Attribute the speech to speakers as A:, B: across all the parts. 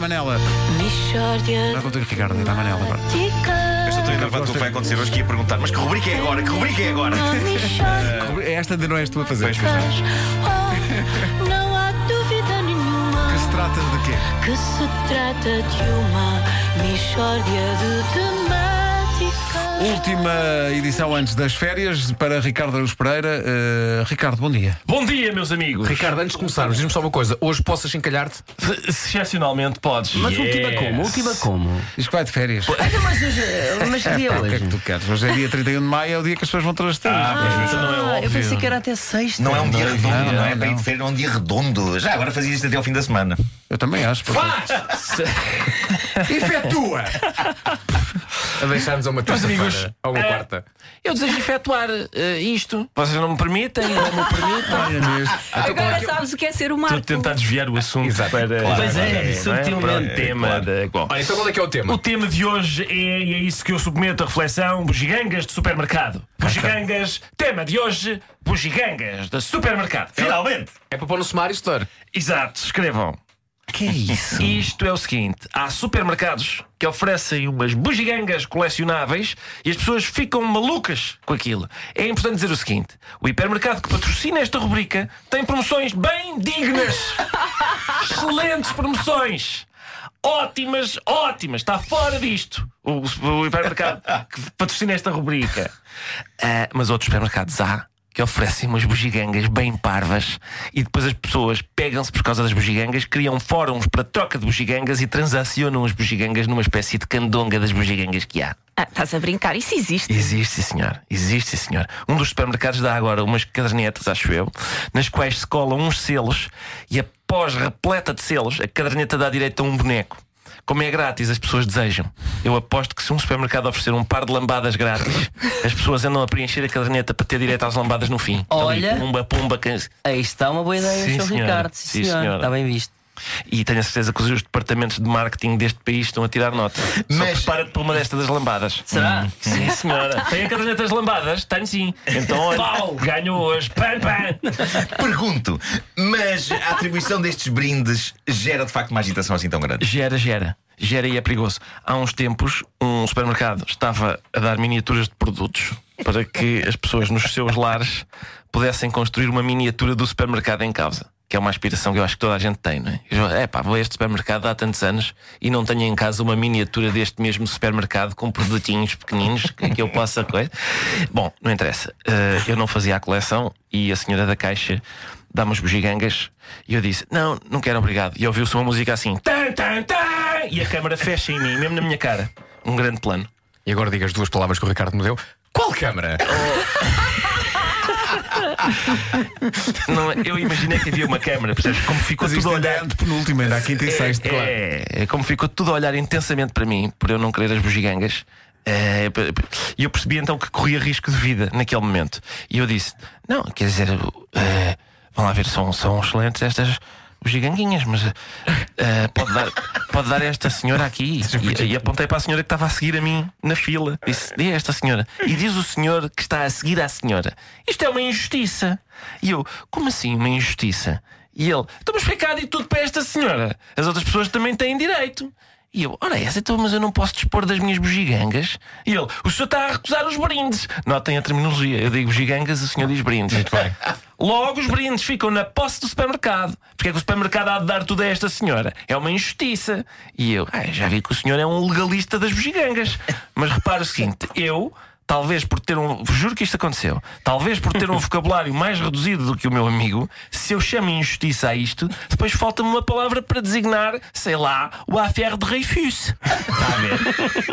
A: Manela. Dá conta que o Ricardo dá a Manela agora.
B: Esta estou enervado do que vai acontecer hoje que ia perguntar, mas que rubrica é agora? Que rubrica é agora?
A: É Esta ainda não és tu a fazer.
B: Pois, pois
C: Oh,
B: não.
C: Não há dúvida nenhuma
A: Que se trata de quê?
C: que se trata de uma mistória de temática.
A: Última edição antes das férias para Ricardo Aruz Pereira. Eh, Ricardo, bom dia.
D: Bom dia, meus amigos.
E: Ricardo, antes de começarmos, diz-me só uma coisa. Hoje possas encalhar-te?
D: Excepcionalmente podes.
F: Mas
D: Yes.
F: última como? Última como?
A: Diz que vai de férias.
F: Olha, mas hoje. Mas que dia
A: Pá, o que é que
F: hoje?
A: tu queres? Hoje é dia 31 de maio, é o dia que as pessoas vão
D: Ah,
A: trastar.
D: mas isso não é
F: Ah, eu
D: óbvio.
F: pensei que era até sexta.
B: Não é um dia
A: Não,
B: redondo,
A: não,
B: não, é
A: não.
B: bem de feira, é um dia redondo. Já agora fazia isto até ao fim da semana.
A: Eu também acho. porque- Efetua!
E: A deixarmos a uma
D: Meus amigos,
E: terça-feira. Ou uma
D: eh,
E: quarta.
D: eu desejo efetuar eh, isto. Vocês não me permitem? Não me permitem?
A: É mesmo.
G: Agora sabes o que é ser um
D: Estou a
G: marco.
D: tentar desviar o assunto
E: Exato.
D: para.
E: Claro,
F: Pois é,
D: não
F: subtilmente.
D: Para o tema
B: Claro.
D: da- Bom,
E: Olha, então qual é que é o tema?
D: O tema de hoje é, e é isso que eu submeto à reflexão, bugigangas de supermercado.
F: Ah, tá.
D: Bugigangas, tema de hoje, bugigangas de supermercado. Finalmente!
E: É para pôr no sumário, Store.
D: Exato, escrevam.
F: Que é isso?
D: Isto é o seguinte: há supermercados que oferecem umas bugigangas colecionáveis e as pessoas ficam malucas com aquilo. É importante dizer o seguinte: o hipermercado que patrocina esta rubrica tem promoções bem dignas, excelentes promoções. Ótimas, ótimas, está fora disto o, o hipermercado que patrocina esta rubrica. Ah, mas outros supermercados há que oferecem umas bugigangas bem parvas e depois as pessoas pegam-se por causa das bugigangas, criam fóruns para troca de bugigangas e transacionam as bugigangas numa espécie de candonga das bugigangas que há.
G: Ah, estás a brincar, isso existe.
D: Existe, sim, senhor. Existe, sim, senhor. Um dos supermercados dá agora umas cadernetas, acho eu, nas quais se colam uns selos e após repleta de selos, a caderneta dá direito a um boneco. Como é grátis, as pessoas desejam. Eu aposto que se um supermercado oferecer um par de lambadas grátis, as pessoas andam a preencher a caderneta para ter direito às lambadas no fim.
F: Olha.
D: Ali, pumba, pumba. can-
F: Aí está uma boa ideia,
D: Sim,
F: seu
D: senhora.
F: Ricardo. Sim,
D: Sim,
F: senhor.
D: senhora.
F: Está bem visto.
D: E tenho a certeza que os departamentos de marketing deste país estão a tirar nota. Só
B: Mas-
D: prepara-te para uma desta das lambadas.
F: Será?
D: Sim, senhora. Tem a caderneta das lambadas? Tenho sim. Então, olha, ganho hoje. Pam, pam.
B: Pergunto, mas a atribuição destes brindes gera de facto uma agitação assim tão grande?
D: Gera, gera. Gera e é perigoso. Há uns tempos, um supermercado estava a dar miniaturas de produtos para que as pessoas nos seus lares pudessem construir uma miniatura do supermercado em causa. Que é uma aspiração que eu acho que toda a gente tem, não é? Eu, É pá, vou a este supermercado há tantos anos e não tenho em casa uma miniatura deste mesmo supermercado com produtinhos pequeninos que, que eu possa. coisa. Bom, não interessa. Eh, eu não fazia a coleção e a senhora da caixa dá-me os bugigangas. E eu disse: Não, não quero, obrigado. E ouviu-se uma música assim: tan, tan, tan, E a câmara fecha em mim, mesmo na minha cara. Um grande plano.
E: E agora diga as duas palavras que o Ricardo me deu. Qual câmara?
D: Não, é, eu imaginei que havia uma câmara, percebes? Como ficou
A: Mas isto
D: tudo a
A: ainda
D: olhar.
A: é antepenúltimo, ainda há quinta e sexta. claro.
D: É, é como ficou tudo a olhar intensamente para mim, por eu não querer as bugigangas. é, p- p- E eu percebi então que corria risco de vida naquele momento. E eu disse: Não, quer dizer, eh, vão lá ver, são, são excelentes estas bugiganguinhas, mas eh, pode, dar, pode dar esta senhora aqui. E, e apontei para a senhora que estava a seguir a mim na fila. Disse: Dê a esta senhora. E diz o senhor que está a seguir à senhora: Isto é uma injustiça. E eu: Como assim uma injustiça? E ele, "Então, estamos ficar e tudo para esta senhora. As outras pessoas também têm direito. E eu, ora essa, então, mas eu não posso dispor das minhas bugigangas. E ele, o senhor está a recusar os brindes. Notem a terminologia. Eu digo bugigangas, o senhor diz brindes. Muito bem. Logo os brindes ficam na posse do supermercado. Porque é que o supermercado há de dar tudo a esta senhora? É uma injustiça. E eu, ah, já vi que o senhor é um legalista das bugigangas. Mas repara o seguinte, eu talvez por ter um. Juro que isto aconteceu. Talvez por ter um vocabulário mais reduzido do que o meu amigo, se eu chamo injustiça a isto, depois falta-me uma palavra para designar, sei lá, o affaire de Reifus. Está a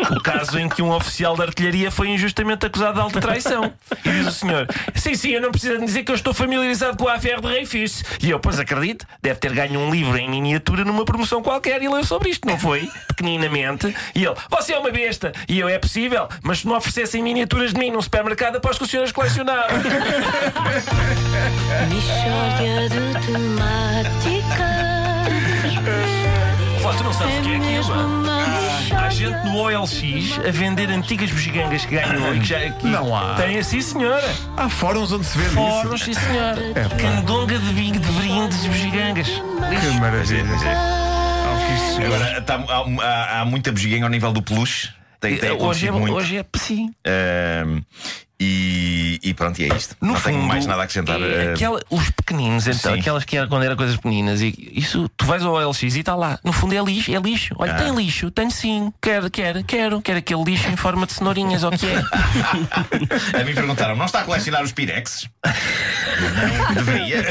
D: ver? O caso em que um oficial de artilharia foi injustamente acusado de alta traição. E diz o senhor: Sim, sim, eu não preciso de dizer que eu estou familiarizado com o affaire de Reifus. E eu, pois acredito, deve ter ganho um livro em miniatura numa promoção qualquer e leu sobre isto, não foi? Pequeninamente. E ele: Você é uma besta. E eu: É possível, mas se me oferecessem miniaturas de mim num supermercado, após que os senhores colecionavam.
C: Mistória de temáticas.
D: Pá, tu não sabes o que é
C: É
D: aquilo,
C: mesmo
D: mano.
C: uma
D: Há
C: mistória.
D: gente no OLX a vender antigas bugigangas que ganhou e que já que
A: Não há.
D: Tem É assim, senhora.
A: Há fóruns onde se vende
D: Fóruns,
A: isso.
D: sim, senhora. Candonga de, bing- de brindes bugigangas.
A: Que maravilha.
C: Ah,
A: que isto chegou.
B: Agora, tá- há, há- há muita bugiguinha ao nível do peluche. Tem, tem
D: hoje, é,
B: acontecido muito.
D: hoje é sim.
B: Ahm, e, e pronto, e é isto.
D: No
B: Não
D: fundo,
B: tenho mais nada a acrescentar.
D: é
B: ah,
D: aquela- os pequeninos, então,
B: sim.
D: aquelas que eram quando eram coisas pequeninas, e isso, tu vais ao LX e está lá. No fundo é lixo, é lixo.
B: Ah.
D: Olha, tem lixo, tenho sim, quero, quero, quero, quero aquele lixo em forma de cenourinhas, ou o que é?
B: A mim perguntaram, não está a colecionar os Pirexes? Não deveria.